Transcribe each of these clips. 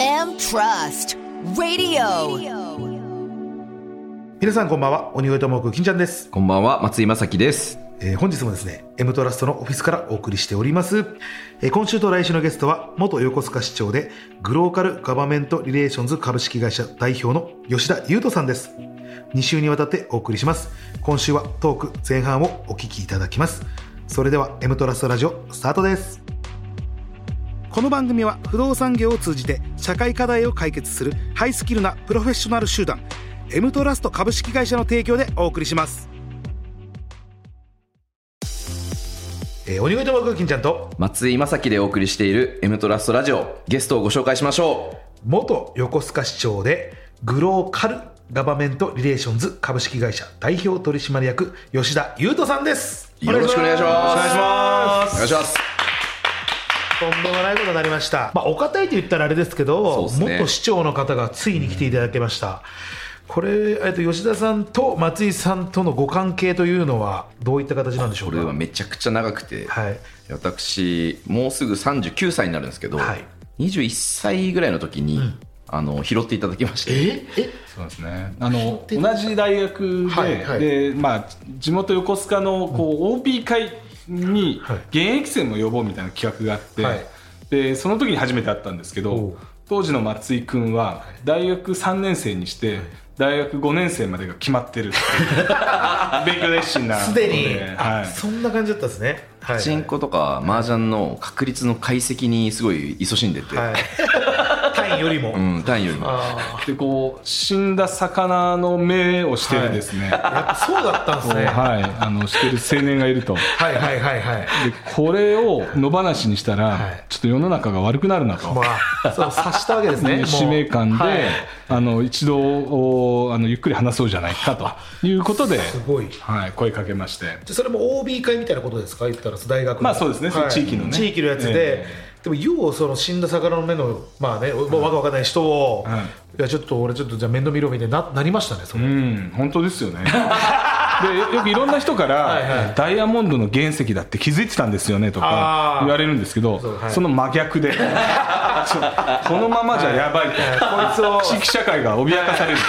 and Trust Radio. 皆さんこんばんは鬼越トモーク金ちゃんです、こんばんは、松井正樹です。えー本日もですね M トラストのオフィスからお送りしております、えー今週と来週のゲストは元横須賀市長でグローカル・ガバメント・リレーションズ株式会社代表の吉田優斗さんです2週にわたってお送りします今週はトーク前半をお聞きいただきますそれでは M トラストラジオスタートですこの番組は不動産業を通じて社会課題を解決するハイスキルなプロフェッショナル集団 M トラスト株式会社の提供でお送りします、えー、鬼越トマク金ちゃんと松井正樹でお送りしている M トラストラジオ、ゲストをご紹介しましょ元横須賀市長でグローカルガバメントリレーションズ株式会社代表取締役吉田優斗さんですう。よろしくお願いします。お願いしまお願いします。すとんでもないことになりました、まあ、お堅いと言ったらあれですけどそうですね元市長の方がついに来ていただきましたこれえっと吉田さんと松井さんとのご関係というのはどういった形なんでしょうこかれはめちゃくちゃ長くて、はい私、もうすぐ39歳になるんですけど、はい21歳ぐらいの時に、あの、拾っていただきまして、ええそうですね。あの同じ大学で、はいはいでまあ地元横須賀のこう OB 会にはい現役生も呼ぼうみたいな企画があって、はいでその時に初めて会ったんですけおうど、当時の松井君は大学3年生にして。大学5年生までが決まってる っていう勉強熱心なすでに、はあい、そんな感じだったんですね。はパチンコとか麻雀の確率の解析にすごい勤しんでて、はい。単位よりも。うん、単位よりも。あでこう死んだ魚の目をしてるですね、あ、やっぱそうだったんですこうね。ははい、あのしてる青年がいるといはいはいはい。でこれを野放しにしたら、はいちょっと世の中が悪くなるなと。まあ、そう、察したわけです ね。もう使命感で、はいあの一度おあのゆっくり話そうじゃないかということで、すごい。はい、声かけましてでそれも OB 会みたいなことですか言ったら大学のまあそうですね地域のね地域のやつで、えでもようその死んだ魚の目のまあね、もうわけわかんない人を、はいいやちょっと俺ちょっとじゃあ面倒見ろみたいにななりましたねそれ、うん本当ですよ ねでよくいろんな人からはいはいダイヤモンドの原石だって気づいてたんですよね」とあかー言われるんですけどそそ,、うはいの真逆 でちょこのままじゃやばいと、こいつ地を域社会が脅かされると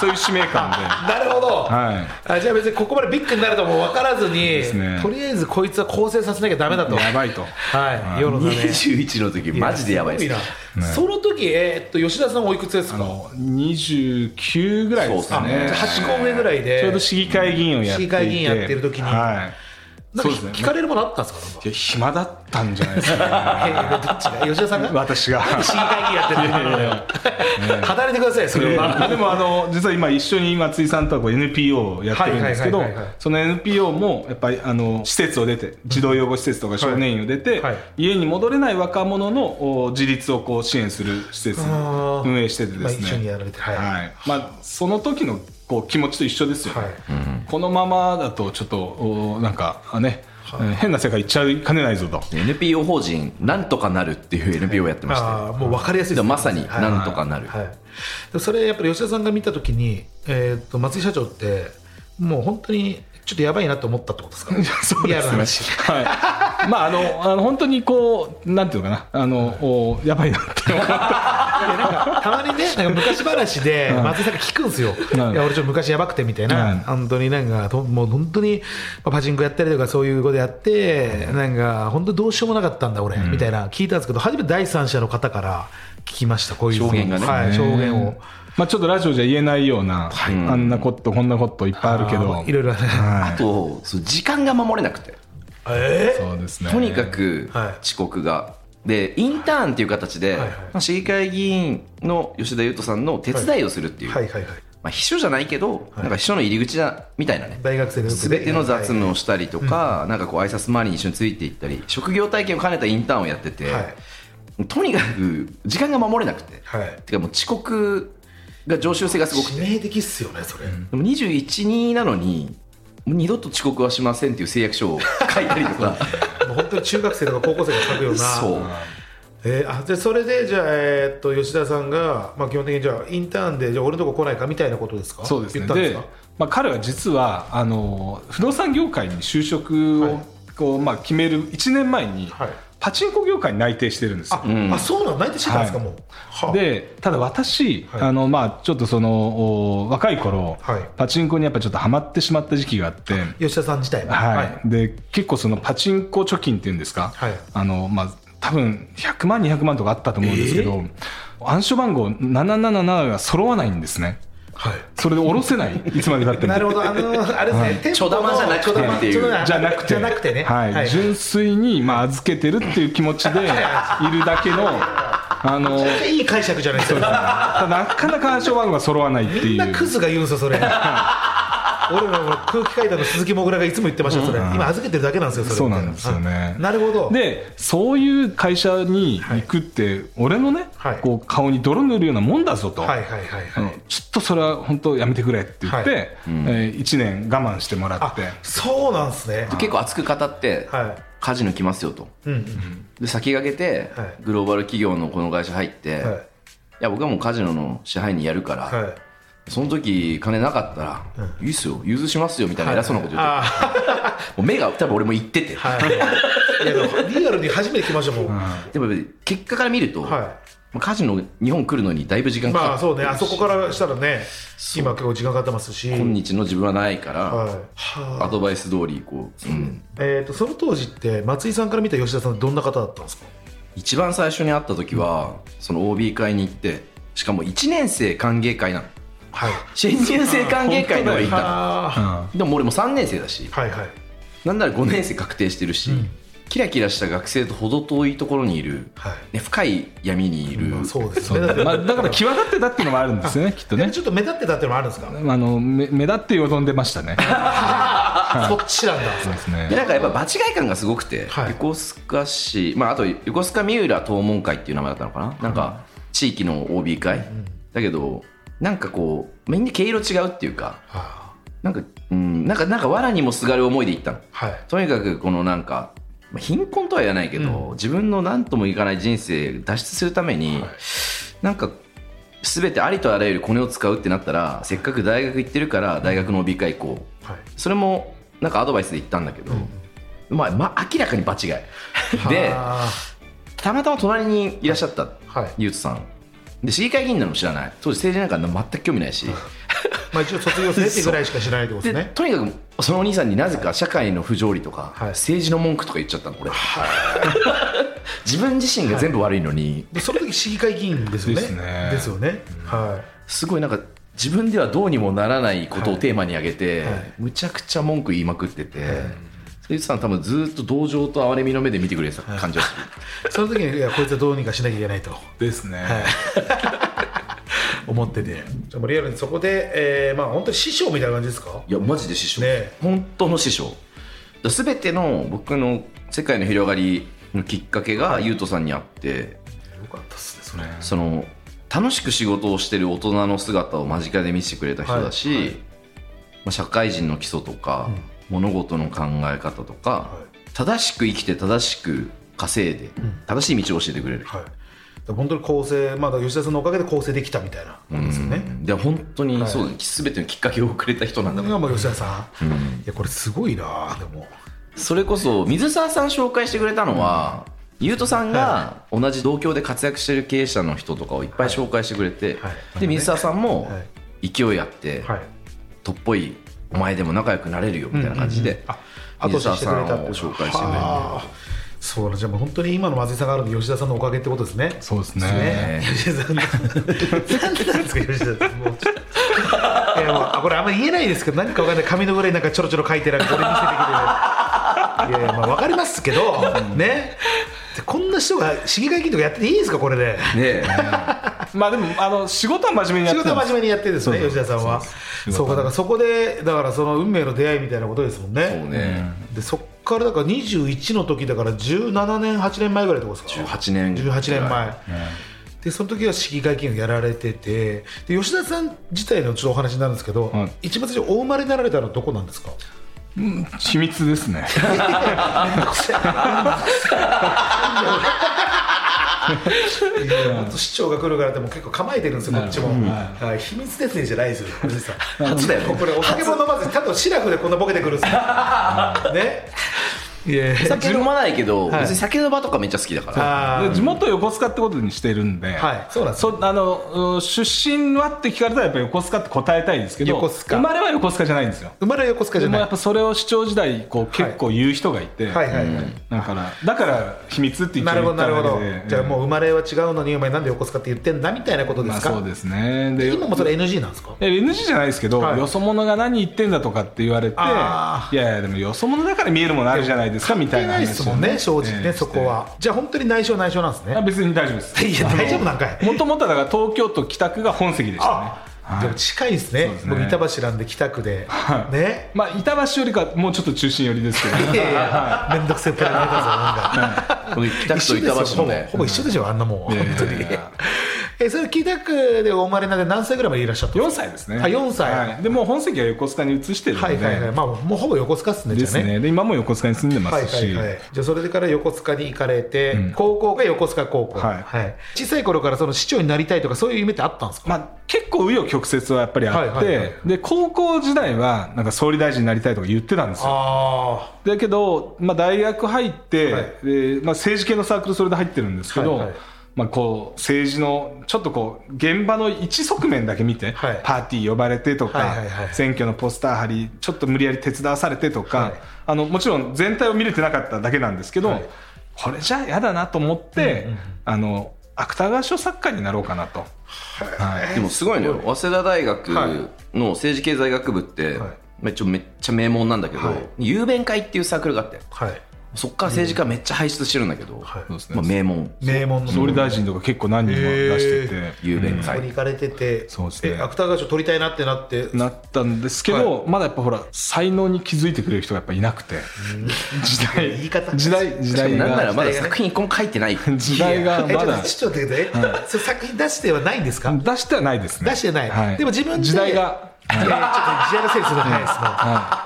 そういう使命感で。なるほど、はいあじゃあ別にここまでビッグになるとも分からずに、すねとりあえずこいつは更生させなきゃダメだ とやばいと。はい、世のため21の時、マジでやばいです。すごなその時、えーっと吉田さんおいくつですあかの29ぐらいですかそうねで8個上ぐらいでちょうど市議会議員をやって市議いて会議員やってる時にはいなんかそうですね聞かれるものあったんですかなんかいや暇だったんじゃないですかえーどっちが吉田さん が私が市議会議員やってる働いてくださいそれは、でもあの実は今一緒に松井さんとはこう NPO をやってるんですけどはいはいはいはいはいその NPO もやっぱりあの施設を出て児童養護施設とか少年院を出て、はいはい家に戻れない若者のお自立をこう支援する施設あをー運営しててまであ、す一緒にね、やられてはい、はいはいまあ、その時のこう気持ちと一緒ですよね、このままだとちょっとおなんかあね、えー変な世界行っちゃいかねないぞと NPO 法人、なんとかなるっていう NPO をやってまして、ああもう分かりやすいですでもまさにはいなんとかなる。はい、でそれやっぱり吉田さんが見た時に、えーっと松井社長ってもう本当にちょっとやばいなと思ったってことですかそうリアでルなすね話、はい、まああのあの本当にこうなんていうのかなあの、おやばいなって思ったたまにね、なんか昔話で、松井さんが聞くんですよ、んいや俺、ちょっと昔やばくてみたいな、うん本当になんか、ともう本当にまあパチンコやったりとか、そういうことやって、なんか、本当にどうしようもなかったんだ、俺、みたいな、聞いたんですけど、初めて第三者の方から聞きました、こういう証言がねはい、証言を。まあ、ちょっとラジオじゃ言えないような、あんなことこんなこといっぱいあるけあどーいろいろねはあとそう時間が守れなくてえい、そうですねとにかくはい遅刻が、でインターンっていう形で、はいはいまあ市議会議員の吉田優斗さんの手伝いをするっていう、はいはいはい、まあ、秘書じゃないけど、なんか秘書の入り口だみたいなね大学生の時全ての雑はい務をしたりとか、なんかこう挨拶回りに一緒についていったり職業体験を兼ねたインターンをやってて、はいとにかく時間が守れなくて、はいてかもう遅刻が常習性がすごくて致命的っすよね、それ。でも21、2なのに、もう二度と遅刻はしませんっていう誓約 書を書いたりとか、もう本当に中学生とか高校生が書くような。そう。えーあでそれでじゃあ、えーっと吉田さんが、まあ、基本的にじゃあインターンでじゃあ俺のとこ来ないかみたいなことですかそうです言ねったんですでか、まあ、彼は実はあの不動産業界に就職を、はいこうまあ、決める1年前に、はいパチンコ業界に内定してるんですよあ、あそうなの内定してたんですか、はいもうはでただ私、はいあのまあ、ちょっとそのお若い頃、はいパチンコにやっぱちょっとハマってしまった時期があって、吉田さん自体もはい、で結構そのパチンコ貯金っていうんですか、はいあのまあ多分100万200万とかあったと思うんですけど、暗証番号777が揃わないんですねはいそれで下ろせないいつまでたって もなるほど、あのあれですね、店舗のちょだまじゃなくてちょだまっていうちょだまじゃなくてじゃなくてね、はい純粋に、まあ、預けてるっていう気持ちでいるだけのあの いい解釈じゃないですか、ただなかなか暗証番号が揃わないってみんいなうクズが言うんですよ、そ れ。俺らの空気階段の鈴木もぐらがいつも言ってました、それ、今、預けてるだけなんですよ、それそうなんですよねあなるほど、でそういう会社に行くって、俺のね、はいこう顔に泥塗るようなもんだぞと、はいはいはいあはい、のちょっとそれは本当やめてくれって言って、はえ1年我慢してもらあってそうなんですね、結構熱く語って、はカジノ来ますよとい、うんうん、で先駆けてはいグローバル企業のこの会社入って、はいい、や僕はもうカジノの支配人やるから、はい、その時金なかったら、いいっすよ融通しますよみたいな偉そうなこと言って、あーもう目が多分俺も言ってて、はい、いやでもリアルに初めて来ましたもん、でもやっぱり結果から見ると、はまあカジノ日本来るのにだいぶ時間い、かかまあってるそうしね、あそこからしたらね、今、結構時間かかってますし、今日の自分はないから、はいはあアドバイス通りこう、うん、えー、とその当時って松井さんから見た吉田さんどんな方だったんですか一番最初に会った時はその OB 会に行ってしかも1年生歓迎会なのはい新入生歓迎会のがいたあでも俺も3年生だしーはいはいなんなら5年生確定してるし、キラキラした学生と程遠いところにいる、はいね、深い闇にいる、まあそうですそうねだってまあ、だから際立ってたっていうのもあるんですよねきっとねちょっと目立ってたっていうのもあるんですか、あのめ目立ってよどんでましたねそっちなんだそうですでねなんかやっぱ場違い感がすごくて、はい横須賀市、まあ、あと横須賀三浦東門会っていう名前だったのかななんか地域の OB 会、だけどなんかこうみんな毛色違うっていうかあなんかうんなんかなんか藁にもすがる思いで行ったのーはいとにかくこのなんかまあ貧困とは言わないけど、自分の何ともいかない人生脱出するために、なんか全てありとあらゆるコネを使うってなったらせっかく大学行ってるから大学の OB 会行こうはいそれもなんかアドバイスで言ったんだけど、まあ、まあ明らかに場違いであたまたま隣にいらっしゃった、はいゆうとさんで市議会議員なのも知らない当時政治なんか全く興味ないし、ーまあ一応卒業生っていうぐらいしかしないってことでですねとにかくそのお兄さんになぜか社会の不条理とか、はい政治の文句とか言っちゃったの俺、 自分自身が全部悪いのに、でその時市議会議員ですよねですねですよね、はすごいなんか自分ではどうにもならないことをテーマに挙げて、はいむちゃくちゃ文句言いまくってて、それゆうとさん多分ずっと同情と哀れみの目で見てくれてた感じがする、いその時にいやこいつはどうにかしなきゃいけないとですね、思っててでもリアルにそこで、えー、まあ本当に師匠みたいな感じですかいやマジで師匠、ね本当の師匠だ全ての僕の世界の広がりのきっかけが優斗さんにあってよかったっすねそれその楽しく仕事をしてる大人の姿を間近で見せてくれた人だし、はいはいまあ、社会人の基礎とか、物事の考え方とか、正しく生きて正しく稼いで、正しい道を教えてくれる、はい、だから本当に構成、まあ、だから吉田さんのおかげで構成できたみたいなもんですよね。で本当にそうだね、全てのきっかけをくれた人なんだだからまあ吉田さん、いやこれすごいな、でも、それこそ水沢さん紹介してくれたのは、ゆうとさんが同じ同郷で活躍してる経営者の人とかをいっぱい紹介してくれて、はいで水沢さんもは勢いあって、はい、とっぽいお前でも仲良くなれるよみたいな感じで、後水押沢ししてさくんれたをって紹介してくれてあーそうだじゃあもう本当に今の松井さんがあるの吉田さんのおかげってことですね。そうですですねね吉田さんの何なんですか吉田さんもうちょっといやもうあこれあんまり言えないですけど何かわかんない紙の裏になんかちょろちょろ書いてあるこれ見せてきていやいやまあわかりますけどねでこんな人が市議会議員とかやってていいんですかこれでねまあでもあの仕事は真面目にや仕って事たんは真です面目にやってるんですねそう吉そう田さんはそうそうかだからそこでだからその運命の出会いみたいなことですもんねえもうね、でそっからだから21の時だから17年8年前ぐらいってことですか18年18年前、でその時は市議会議員をやられててで吉田さん自体のちょっとお話になるんですけど、はい一番最初お生まれになられたのはどこなんですか秘密ですねいや本当市長が来るからってもう結構構えてるんですよこっちも、はい秘密ですねじゃないですよ吉田さん初だよね これお酒も飲まずただシラフでこんなボケてくるんですよねいや酒飲まないけど、はい別に酒の場とかめっちゃ好きだからあで地元横須賀ってことにしてるんで、はいそうなんですそあのうん出身はって聞かれたらやっぱ横須賀って答えたいんですけど横須賀生まれは横須賀じゃないんですよ生まれは横須賀じでゃもないやっぱそれを市長時代こう結構言う人がいて、はいはいはいだからだから秘密って言っなてるほ言どっなたるほだけどでじゃあもう生まれは違うのにお前なんで横須賀って言ってんだみたいなことうんでまあすか、そうですねで今もそれ NG なんですかえ NG じゃないですけど、はいよそ者が何言ってんだとかって言われていあやいやでもよそ者だから見えるものあるじゃないですかみたいな関係ない話ですをもんね正直ね、ええそこはじゃあ本当に内緒内緒なんですね あ別に大丈夫ですいや大丈夫なんかいもともとだから東京都北区が本籍でしたねあ、はいでも近いですねそうですね僕板橋なんで北区で、はいねまあ板橋よりかもうちょっと中心寄りですけど いやいや面倒くせえプライベートだぞ なんか僕北区と一緒で板すよ橋ほのぼねほぼ一緒でしょあんなもん、いやいやいや本当にえそれ北区でお生まれなんで何歳ぐらいまでいらっしゃったんで4すか歳ですねあ4歳はいでもう本籍は横須賀に移してるんで、はいはいはい、まあもうほぼ横須賀っすねでじゃあすねで今も横須賀に住んでまはいすはいし、はい、じゃあそれから横須賀に行かれて、うん高校が横須賀高校、はい小さい頃からその市長になりたいとかそういう夢ってあったんですか、まあ、結構紆余曲折はやっぱりあっはいて、はいはいで高校時代はなんか総理大臣になりたいとか言ってたんですよあだけど、まあ、大学入って、はいでまあ、政治系のサークルそれで入ってるんですけど、はいはいまあ、こう政治のちょっとこう現場の一側面だけ見て、はいパーティー呼ばれてとか、はいはいはい選挙のポスター貼りちょっと無理やり手伝わされてとか、はいあのもちろん全体を見れてなかっただけなんですけど、はいこれじゃ嫌だなと思って、あの芥川賞作家になろうかなと。はいでもすごいのよ早稲田大学の政治経済学部って、はいめっちゃめっちゃ名門なんだけど、はい雄弁会っていうサークルがあってあはいそっから政治家めっちゃ輩出してるんだけど、はいそうですねまあ、名門名門の総理大臣とか結構何人も出してて、へー雄弁そ会、こに行かれてて、そうですねえ芥川賞取りたいなってなって、なったんですけど、まだやっぱほら才能に気づいてくれる人がやっぱいなくて時代言い方時代時代なんならがまだ作品一個も書いてない時代がえちょまっとだちょっと待ってくださいえそれ作品出してはないんですか、出してはないですね出してない、はでも自分で時代がいやいやちょっと時代のせいにするの早いですもん、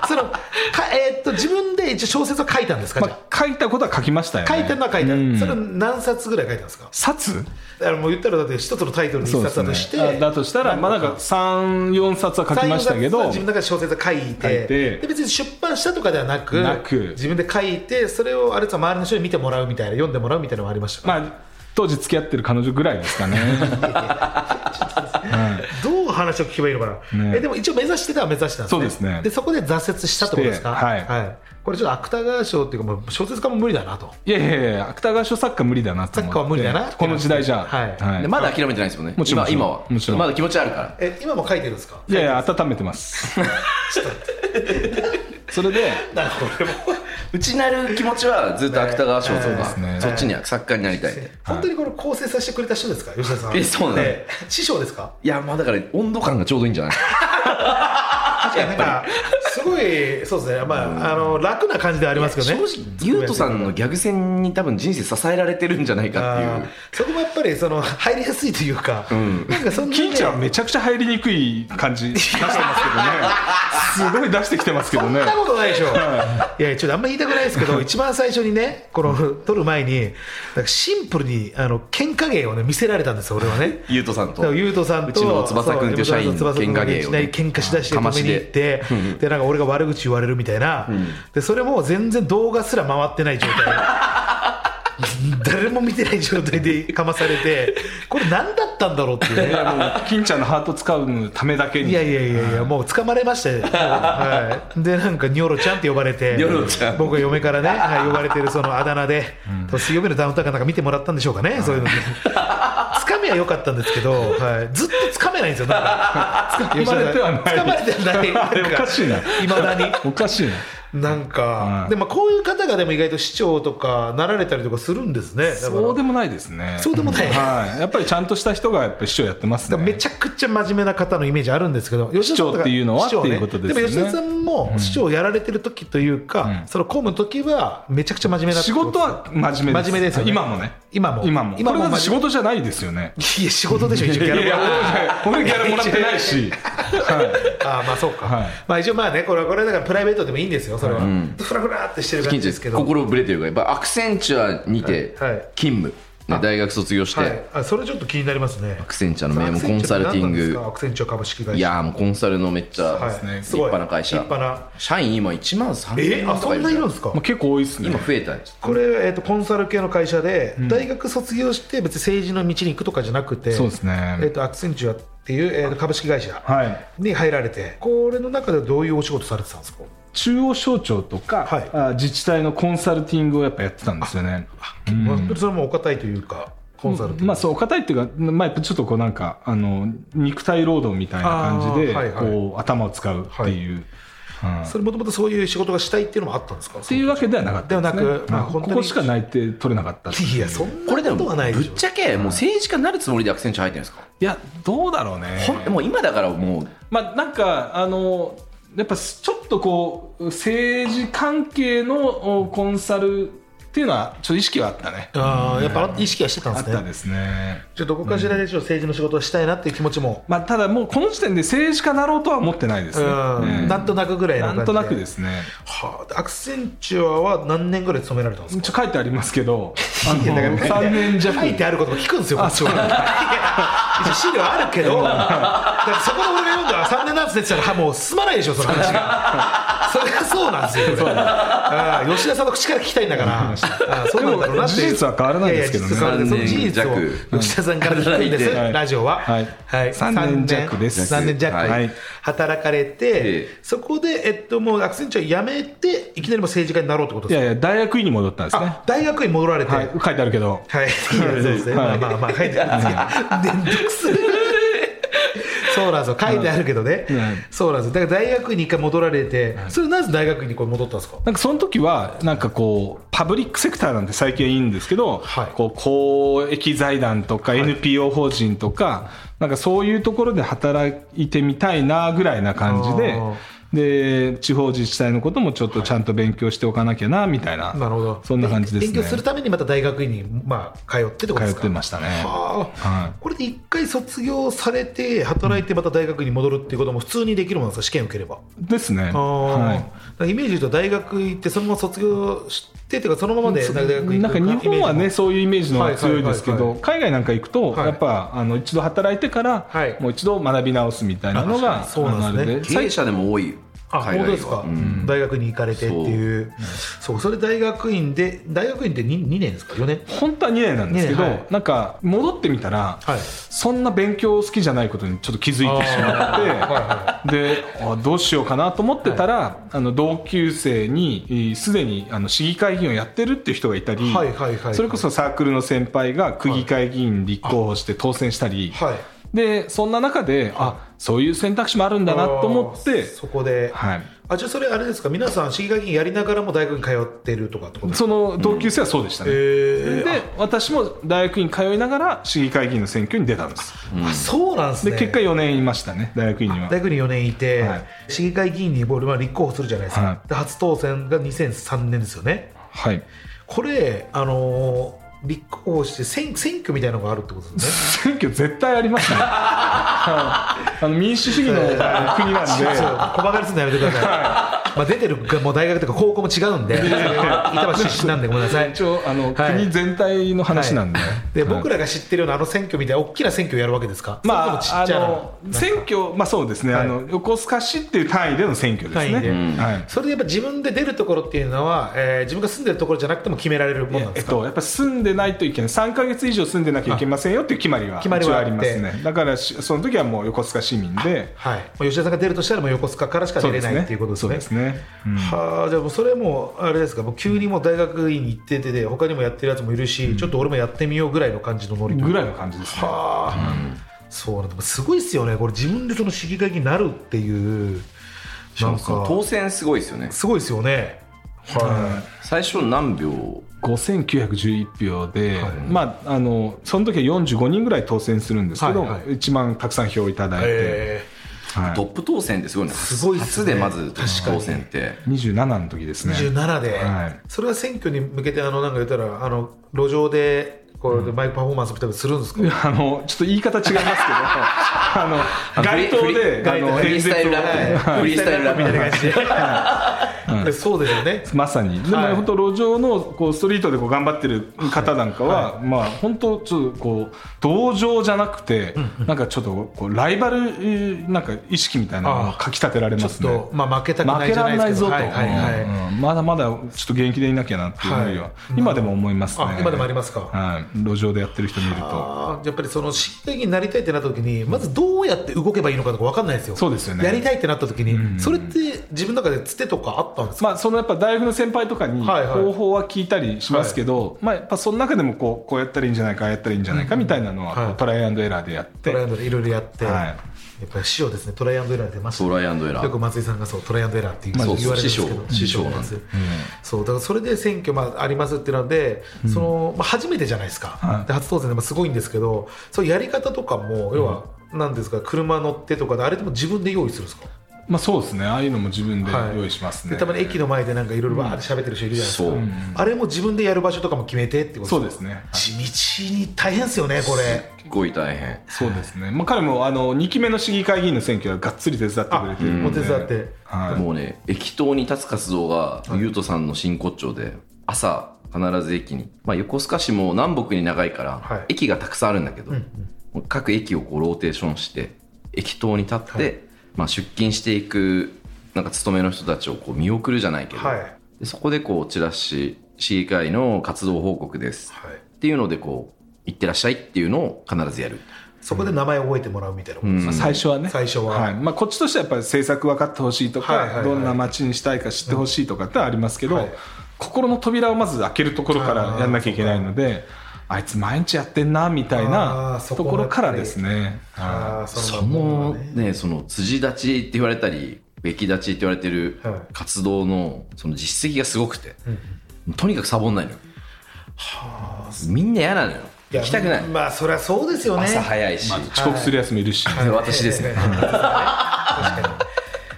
そのかえーっと自分で一応小説を書いたんですか、じゃまあ、書いたことは書きましたよあね書いたのは書いた、うんそれを何冊ぐらい書いたんですか冊だからもう言ったらだって一つのタイトルに一冊だとして、あだとしたらまあなんか34冊は書きましたけ三四冊はど自分の中で小説を書いて書いてで別に出版したとかではなくなく自分で書いてそれをあれさ周りの人に見てもらうみたいな読んでもらうみたいなのもありましたか、まあ当時付き合ってる彼女ぐらいですか ねどう話を聞けばいいのかな、ねえでも一応目指してたは目指してたんですねそうですねでそこで挫折したってことですかしてはいこれちょっと芥川賞っていうかもう小説家も無理だなといやいやいや芥川賞作家無理だなサとッ思ってカーは無理だなこの時代じゃはいでまだ諦めてないですもんねもちろん今今はもちろんまだ気持ちあるからえ今も書いてるんですかいやいや温めて ますそれでなるほどでも内なる気持ちはずっと芥川賞とねか、ねそっちには作家になりたい、本当にこの構成させてくれた人ですか吉田さんえそうなのええ師匠ですかいやまあだから温度感がちょうどいい んじゃない確かになんかすごいそうですねまああの楽な感じではありますけど正ね直ゆうとさんのギャグ戦に多分人生支えられてるんじゃないかあってーいうそこもやっぱりその入りやすいというか、なんかそんな、金ね、ちゃんはめちゃくちゃ入りにくい感じ出してますけ どねすごい出してきてますけどそんねなことないでしょ、いや、ちょっとあんまり言いたくないですけ ど、一番最初にね、この撮る前に、なんかシンプルにあの喧嘩芸を、ね、見せられたんですよ、俺はね。ゆうとさんだかとらゆうとさんとうちの翼くんっていう社員のそう翼くんが喧嘩芸をねいきなり喧嘩しだしてかま止しめにで行って、でなんか俺が悪口言われるみたいな、でそれも全然動画すら回ってない状 態誰も見てない状態でかまされてこれ何だったんだろうっていうねいやもう金ちゃんのハート使うためだけにいやいやいやいや、もう掴まれましたよ、はい、で、なんかニョロちゃんって呼ばれて、ニョロちゃん僕は嫁からね、はい、呼ばれてるそのあだ名で、水曜日のダウンタウンかなんか見てもらったんでしょうかね、そういうので、掴みは良かったんですけど、はい、ずっと掴めないんですよ、なん か、掴まれてはない掴まれてはない、 あれおかしいなまだに。おかしいななん か、うんでもこういう方がでも意外と市長とかなられたりとかするんですね、だからそうでもないですねそうでもないはい、やっぱりちゃんとした人がやっぱり市長やってますだねからめちゃくちゃ真面目な方のイメージあるんですけど、吉田さん市長っていうのは市長ねっていうことですよねでも吉田さんも市長をやられてる時というか、その公務の時はめちゃくちゃ真面目な仕事は真面目です真面目ですよね今もね今も今も今もこれだって仕事じゃないですよねいや仕事でしょ一応ギいャラやいもやらって 俺ギャラもらってないし、はい、ああまあそうか、はいまあ一応まあねこれはこれはだからプライベートでもいいんですよそれは、フラフラってしてる感近じで所ですすけけどど心ぶれてるからやっぱアクセンチュアにてはいはい勤務、ね、大学卒業して、はい、あそれちょっと気になりますねアクセンチャーの名門コンサルティングアクセンチャー何なんですかアクセンチャー株式会社いやーもうコンサルのめっちゃ、はいすね立派な会社立派な社員今1万3000え人あとそかんいないるるんんですかまあ、結構多いですね今増えたんですこれ、えー、とコンサル系の会社で、大学卒業して別に政治の道に行くとかじゃなくてそうですねえー、とアクセンチュアっていう、えーと株式会社はいに入られて、これの中ではどういうお仕事されてたんですか中央省庁とか、はいあ自治体のコンサルティングをやっぱやってたんですよね本当にそれもお堅いというかコンサルティング、まあそうお堅いっていうか、まあ、やっぱちょっとこうなんかあの肉体労働みたいな感じあーで、はいはいこう頭を使うっていう、うんっそれもともとそういう仕事がしたいっていうのもあったんですかていうわけではなかったです、ね、ではなくまあうん本当こにこしか内定取れなかったっていういやそんなこれでこもとぶはないでしっょちゃけもう政治家になるつもりでアクセンチャー入ってるんですか、いやどうだろうねほんもう今だからもうまあなんかあのやっぱちょっとこう政治関係のおコンサルっていうのはちょっと意識はあったねあーやっぱ意識はしてたんあでっすたねですねじゃあどこかしらでちょっと政治の仕事をしたいなっていう気持ちも、まあただもうこの時点で政治家なろうとは思ってないですうね、んねなんとなくぐらいのな感じんとなくですねはあ、アクセンチュアは何年ぐらい勤められたんですかちょ書いてあります けど、あのいやだから3年弱書いてあることも聞くんですよ、こっちは。いや一応資料あるけど、だからそこの俺が読んだら3年なんですねって言ったら、はもう進まないでしょ、その話が。それがそうなんですよ、これああ吉田さんの口から聞きたいんだから、ああそうなんだろうなっていうでも事実は変わらないですけどねいやいや事実は変わらないそ三年の事実を吉田さんから聞くんです、はいラジオは。はい三年弱です3年弱、はい働かれてええ、そこで、えっと、もうアクセンチュア辞めて、いきなりもう政治家になろうってこといですやかいや、大学院に戻ったんですねあ。大学院戻られて、はい、書いてあるけど、はい、いやそうですね、まはあいまあまあ、書いてあるんですけど、めんどくせえそうなんですよ、書いてあるけどね、はいそうなんですよ、だから大学院に一回戻られて、それなぜ大学院にこれ戻ったんですか、なんかその時は、なんかこう、パブリックセクターなんて最近いいんですけど、はいこう公益財団とか NPO 法人とか、なんかそういうところで働いてみたいなぐらいな感じあーで、で、地方自治体のこともちょっとちゃんと勉強しておかなきゃな、みたいな、なるほど、そんな感じですね。勉強するためにまた大学院に、まあ、通ってってことです通か。ってましたね。はあはいこれで一回卒業されて、働いてまた大学院に戻るっていうことも普通にできるものなんですか、試験受ければ。ですね。あーはいだからイメージで言うと、大学行って、そのまま卒業してっていうか、そのままでなんか大学院なんか日本はイメージもねそういうイメージの方が強いですけはいはいどは海外なんか行くとはいやっぱあの一度働いてからはいもう一度学び直すみたいなあのがそうなんですねあのあれ経営者でも多いよあ本海当外ですはか、大学に行かれてっていうそうそれ大学院で大学院って 2, 2年ですか4年本当は2年なんですけど二年はいなんか戻ってみたらはいそんな勉強好きじゃないことにちょっと気づいてしまってであどうしようかなと思ってたらあの同級生にえーすでにあの市議会議員をやってるっていう人がいたりはいはいはいそれこそサークルの先輩が区議会議員立候補して当選したり。はいでそんな中で、あそういう選択肢もあるんだなと思っあーて、そこで、はい、あじゃあそれあれですか皆さん市議会議員やりながらも大学に通ってるとかってことですかその同級生はそうでしたね、へで私も大学院通いながら市議会議員の選挙に出たんですあそうなんですでね結果4年いましたね大学院には大学に4年いて、はい市議会議員にボールは立候補するじゃないですか、はで初当選が2003年ですよねはいこれあのー立候補して選選挙みたいなのがあるってことですね選挙絶対あ りますねはいあの民主主義の国なんでそう小馬鹿にするのやめてください、まあ、出てるがもう大学とか高校も違うんで板橋出身なんでごめんなさい一応あの、はい国全体の話なんで,、で僕ららが知ってるようなあの選挙みたいな大きな選挙をやるわけですかまあ、そあれとものちっちゃな選挙、まあそうですね、はいあの横須賀市っていう単位での選挙ですね、単位ではい、それでやっぱ自分で出るところっていうのは、えー自分が住んでるところじゃなくても決められるもんなんえでっすか、と、やっぱ住んでないといけない、3か月以上住んでなきゃいけませんよっていう決まりは決まりはあっ一て応ありますね、だからしその時はもう横須賀市民で、はい、もう吉田さんが出るとしたらもう横須賀からしか出れないっていうことですそうねですね、うんはあじゃあもうそれもあれですかもう急にもう大学院に行っててで他にもやってるやつもいるし、ちょっと俺もやってみようぐらいの感じのノリというかぐらいの感じですね、はあ、そうなんだすごいですよね、これ自分でその市議会議員になるっていう、しかなんもそのか当選すごいですよねすごいですよね。は最初何秒5911票で、はいまあ、あのその時は45人ぐらい当選するんですけど、はいはい一番たくさん票をいただいい、て、えはいトップ当選ってすごいねすごいっす初ねでまずトップ当選って27の時ですーね。 27で、はいそれは選挙に向けてあのなんか言ったらあの路上でこれでマイクパフォーマンスみたいなのするんですか、あのちょっと言い方違いますけど あの街頭でフリーあのフリースタイルラップはいフリースタイルラップみたいな感じで。うんそうですよね。まさにでも、はい本当路上のこうストリートでこう頑張ってる方なんかは、まあ本当ちょっとこう同情じゃなくて、なんかちょっとこうライバルえーなんか意識みたいなのをかきたてられちょまっすねと。まあ負けたくな負いけじゃらなれいですないけど、ぞと、はいはいはい。うんまだまだちょっと現役でいなきゃなっていう思いははい今でも思いますね、あ今でもありますか。はい、路上でやってる人見るとあーやっぱりその市議会議員になりたいってなった時にまずどうやって動けばいいのかとか分かんないですよそうですよねやりたいってなった時にそれって自分の中でつてとかあったんですか、まあ、そのやっぱ大学の先輩とかにはいはい方法は聞いたりしますけど、まあ、やっぱその中でもこうこうやったらいいんじゃないかああやったらいいんじゃないかみたいなのはこうはいトライアンドエラーでやって、トライアンドエラーいろいろやって、はいやっぱり師匠ですねトライアンドエラー出ましたトライアンドエラよくー松井さんがそうトライアンドエラーっていうまあ言われるんですけそどう師匠うん師匠なんでそうだからそれで選挙まあありますっていうので、そのまあ、初めてじゃないですか、はいで初当選でもすごいんですけどそういうやり方とかも要は何ですか車乗ってとかであれでも自分で用意するんですかまあ、そうですねああいうのも自分ではい用意しますね、でたまに駅の前でなんかいろいろわーって喋ってる人いるじゃないですか、そううんあれも自分でやる場所とかも決めてってことそうですね地道に大変ですよねこれすっごい大変そうですね、まあ、彼もあの2期目の市議会議員の選挙はがっつり手伝ってあくれてるおので手伝ってはいもうね駅頭に立つ活動が優斗さんの真骨頂で朝必ず駅に、まあ、横須賀市も南北に長いから、はい駅がたくさんあるんだけど、もう各駅をこうローテーションして駅頭に立って、はいまあ、出勤していくなんか勤めの人たちをこう見送るじゃないけど、はいでそこでこうチラシ市議会の活動報告ですはいっていうのでこう行ってらっしゃいっていうのを必ずやるそこで名前を覚えてもらうみたいなことうでんすか、最初はね最初はいまあ、こっちとしてはやっぱり政策分かってほしいとか、はいはいはいどんな街にしたいか知ってほしいとかってありますけど、はい心の扉をまず開けるところからやんなきゃいけないのであいつ毎日やってんなみたいあーなそこともこやろっぱかりらですねあーそものうねねその辻立ちって言われたり駅立ちって言われてるはい活動のその実績がすごくて、んとにかくサボんないのよみんな嫌なのよや行きたくないまあそりゃそうですよね朝早いし、はい遅刻するやつもいるし、それ私ですね確かに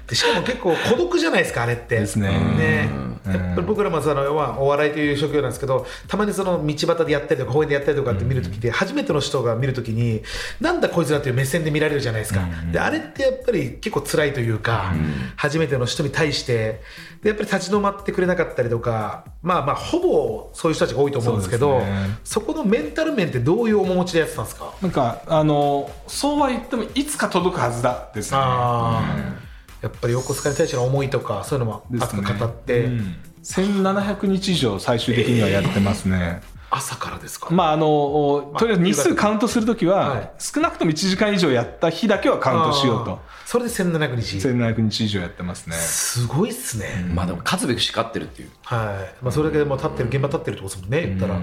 でしかも結構孤独じゃないですかあれってですねやっぱり僕らもそのまあお笑いという職業なんですけどたまにその道端でやったりとか公園でやったりとかって見るときで初めての人が見るときになんだこいつらっていう目線で見られるじゃないですかであれってやっぱり結構辛いというか初めての人に対してでやっぱり立ち止まってくれなかったりとかまあまあほぼそういう人たちが多いと思うんですけそうどですねそこのメンタル面ってどういう面持ちでやってたんですかなんかあのそうは言ってもいつか届くはずだですねあーやっぱり横須賀に対しての思いとかそういうのもです熱ねく語って、うん1700日以上最終的にはやってますね、朝からですか、まああのまあとりあえず日夕数方カウントするときは、はい少なくとも1時間以上やった日だけはカウントしようあとーそれで1700日1700日以上やってますねすごいっすね、まあでも勝つべく叱ってるっていうはいまあ、それだけでもう立ってる現場立ってるってことですもんね言ったら、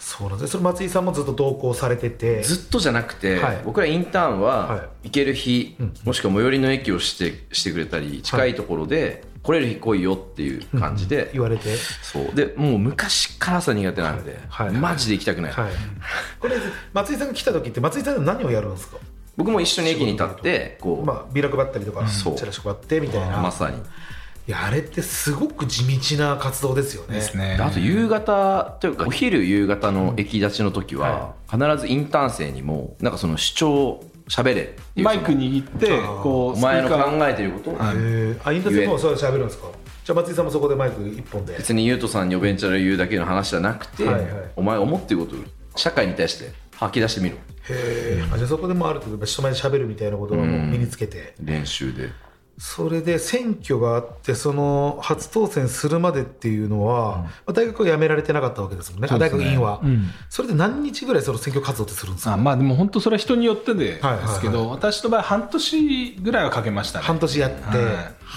そうなんですそれ松井さんもずっと同行されててずっとじゃなくて、はい僕らインターンはは行ける日、もしくは最寄りの駅をしてしてくれたり近いところで来れる日来いよっていう感じで、言われて、そうでもう昔から朝苦手なので、はいマジで行きたくない、はい、これ松井さんが来た時って松井さんは何をやるんですか、僕も一緒に駅に立ってこう、まあ、ビラ配ったりとかそうチラシ配ってみたいな、まさに、いやあれってすごく地道な活動ですよねですねであと夕方というかお昼夕方の駅立ちの時は必ずインターン生にもなんかその主張喋れっていうマイクその握ってこおうスピ前ーのカー考えてることをへーあインターネットもそう喋るんですかじゃあ松井さんもそこでマイク一本で別に優斗さんにおベンチャーで言うだけの話じゃなくて、はいはいお前思ってることを社会に対して吐き出してみろへーあじゃあそこでもある程度やっぱ人前で喋るみたいなことはもう身につけて、練習でそれで選挙があってその初当選するまでっていうのは、まあ大学は辞められてなかったわけですもんねそうで大すね学院は、うんそれで何日ぐらいその選挙活動ってするんですかあまあでも本当それは人によってでですけど、はいはいはい私の場合半年ぐらいはかけましたね半年やって、はい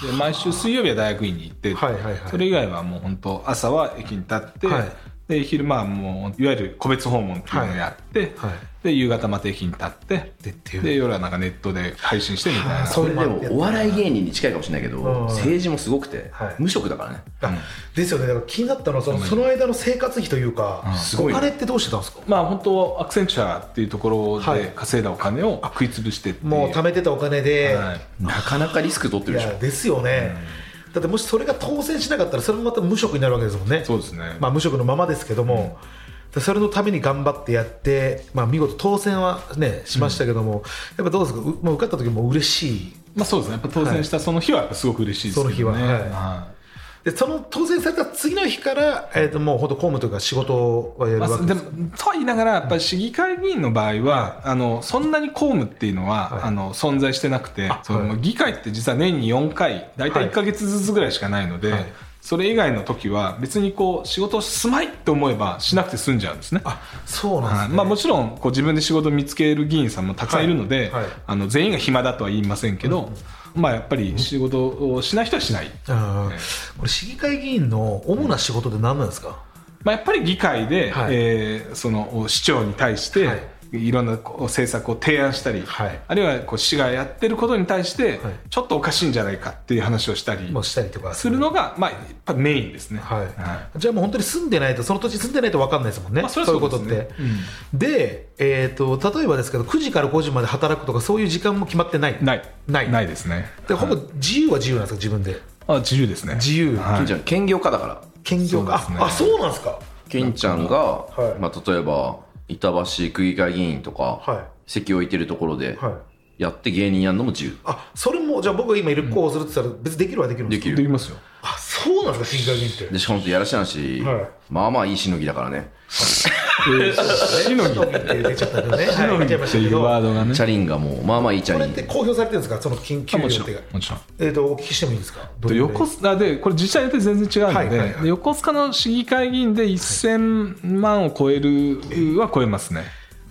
で毎週水曜日は大学院に行って、はいはいはいそれ以外はもう本当朝は駅に立って、はいで昼間はもういわゆる個別訪問っていうのをやって、はいはいで夕方また駅に立ってでっていうで夜はなんかネットで配信してみたいなあそこうれでもお笑い芸人に近いかもしれないけどん政治もすごくて、はい無職だからねあですよねだから気になったのはそのその間の生活費というか、すごいおね金ってどうしてたんですかまあ本当アクセンチュアっていうところはいで稼いだお金を食い潰してっていもう貯めてたお金で、はいなかなかリスク取っているでしょやですよね、だってもしそれが当選しなかったらそれもまた無職になるわけですもんねそうですねまあ、無職のままですけども、でそれのために頑張ってやって、まあ、見事当選は、ね、しましたけども、やっぱどうですかうもう受かった時も嬉しいまあそうですねやっぱ当選したその日はやっぱすごく嬉しいですけそどね、の日ははいはいでその当選された次の日から、えー、ともう本当公務というか仕事はやるまわあ、けででもす、とは言いながら、やっぱり市議会議員の場合は、あのそんなに公務っていうのは、はいあの存在してなくて、そはのい議会って実は年に4回、大は体い1か月ずつぐらいしかないので、はいそれ以外の時は、別にこう仕事をすまいって思えば、しなくて済んじゃうんですね。あそうなんですはいね、まあ、もちろんこう自分で仕事を見つける議員さんもたくさんいるので、はいはいあの全員が暇だとは言いませんけど、まあ、やっぱり仕事をしない人はしない、うんえこれ市議会議員の主な仕事って何なんですか、まあ、やっぱり議会で、はいえーその市長に対して、はいいろんなこう政策を提案したり、はいあるいはこう市がやってることに対して、はいちょっとおかしいんじゃないかっていう話をしたりまあ、したりとかするのが、まあ、やっぱメインですね。はいはじゃあもう本当に住んでないとその土地住んでないと分かんないですもんね、まあそそうれはそういうことっですねて、で、えー、と例えばですけど9時から5時まで働くとかそういう時間も決まってないいないないないですね。でほぼ自由は自由なんですか自分であ自由ですね。自由、はい金ちゃん兼業家だから兼業か、そうですねああそうなんですか金ちゃんが、いまあ、例えば板橋区議会議員とか、は席置いてるところで、はいやって芸人やるのも自由あそれもじゃあ僕が今立候補するって言ったら別にできるはできるんでですかきでるきますよ。あそうなんですか市議会議員ってでしかもやらしなし、はいまあまあいいしのぎだからね、しのぎ市議って出ちゃったけどね、しのはい、出ぎっちゃいましてたけいうワーどドがねチ。ャリンがもうまあまあいいチャこリれっンて公表されてるんですかその緊急あ予もちろ定がん。もちろん。えー、とお聞きしてもいいですかどれぐとらい横須賀でこれ自治体によって全然違うので,、はいはいはいで横須賀の市議会議員で1000万を超えるは超えますね、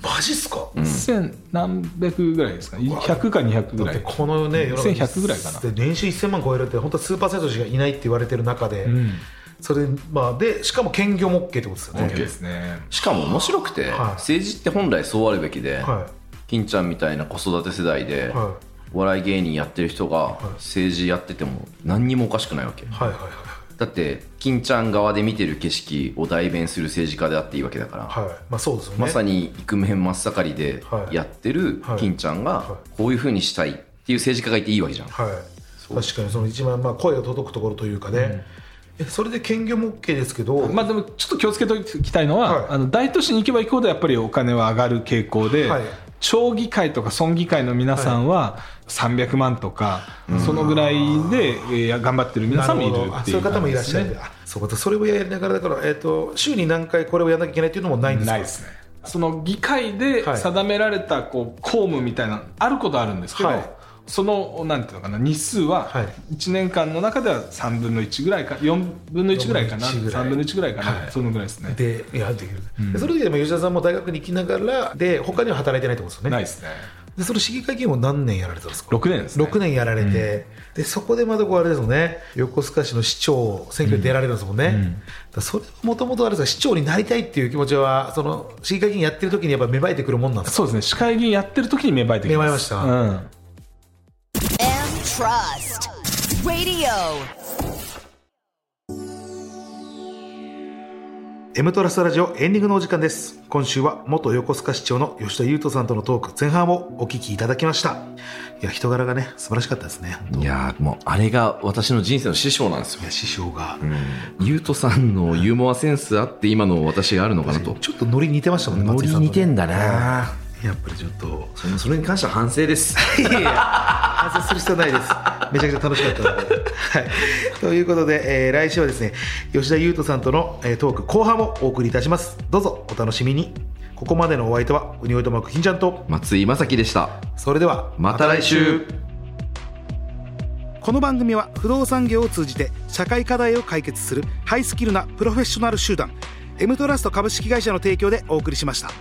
マジっすか、 1000何百ぐらいですか100か200だぐっらていこのね世の中1100ぐらいかなで年収1000万超えるって本当は数パーセントしかいないって言われてる中で、んそれまあでしかも兼業も OK ってことですよね、 OK ですねしかも面白くはて、い政治って本来そうあるべきで、は金ちゃんみたいな子育て世代で、いはお笑い芸人やってる人が政治やってても何にもおかしくないわけ、いはいはいだって金ちゃん側で見てる景色を代弁する政治家であっていいわけだから、はいはいまあそうですよねまさにイクメン真っ盛りではいやってるはい金ちゃんがはこういうふうにしたいっていう政治家がいていいわけじゃんはい確かにその一番まあ声が届くところというかね、えそれで兼業も OK ですけど、まあでもちょっと気をつけておきたいのは、はいあの大都市に行けば行くほどやっぱりお金は上がる傾向で、はい町議会とか村議会の皆さんは300万とか、そのぐらいで、えー頑張ってる皆さんもいるあってそいういうう方もいらっしゃ感じるですねあそうかそれをやりながらだから、えー、と週に何回これをやらなきゃいけないというのもないんですかないですねその議会ではい定められたこう公務みたいなあることはあるんですけど、はいそのなんていうのかな日数ははい1年間の中では3分の1ぐらいか4分の1ぐらいかな4分の1ぐらい3分の1ぐらいかな、はいそのぐらいですねでいやできる、でそれでも吉田さんも大学に行きながらで他には働いてないってことですよねないですねでその市議会議員を何年やられたんですか6年ですね6年やられて、でそこでまたこうあれですもんね横須賀市の市長選挙に出られるんですもんね、だからそれもともとあれですか市長になりたいっていう気持ちはその市議会議員やってる時にやっぱ芽生えてくるもんなんですかそうですね市会議員やってる時に芽生えてきま芽生えすましたうん、 M Trust Radio. M トラストラジオエンディングのお時間です今週は元横須賀市長の吉田裕斗さんとのトーク前半をお聞きいただきましたいや人柄がね素晴らしかったですねいやーもうあれが私の人生の師匠なんですよいや師匠が、ゆうとさんのユーモアセンスあって今の私があるのかなとちょっとノリ似てましたもんね松井さとねなやっぱりちょっとそのそれに関しては反省ですいやいや反省する必要ないですめちゃくちゃ楽しかったので、はい、ということで、えー来週はですね吉田優斗さんとの、えートーク後半もお送りいたしますどうぞお楽しみにここまでのお相手はウニオイトマークひんちゃんと松井正樹でしたそれではまた来週この番組は不動産業を通じて社会課題を解決するハイスキルなプロフェッショナル集団 M トラスト株式会社の提供でお送りしました。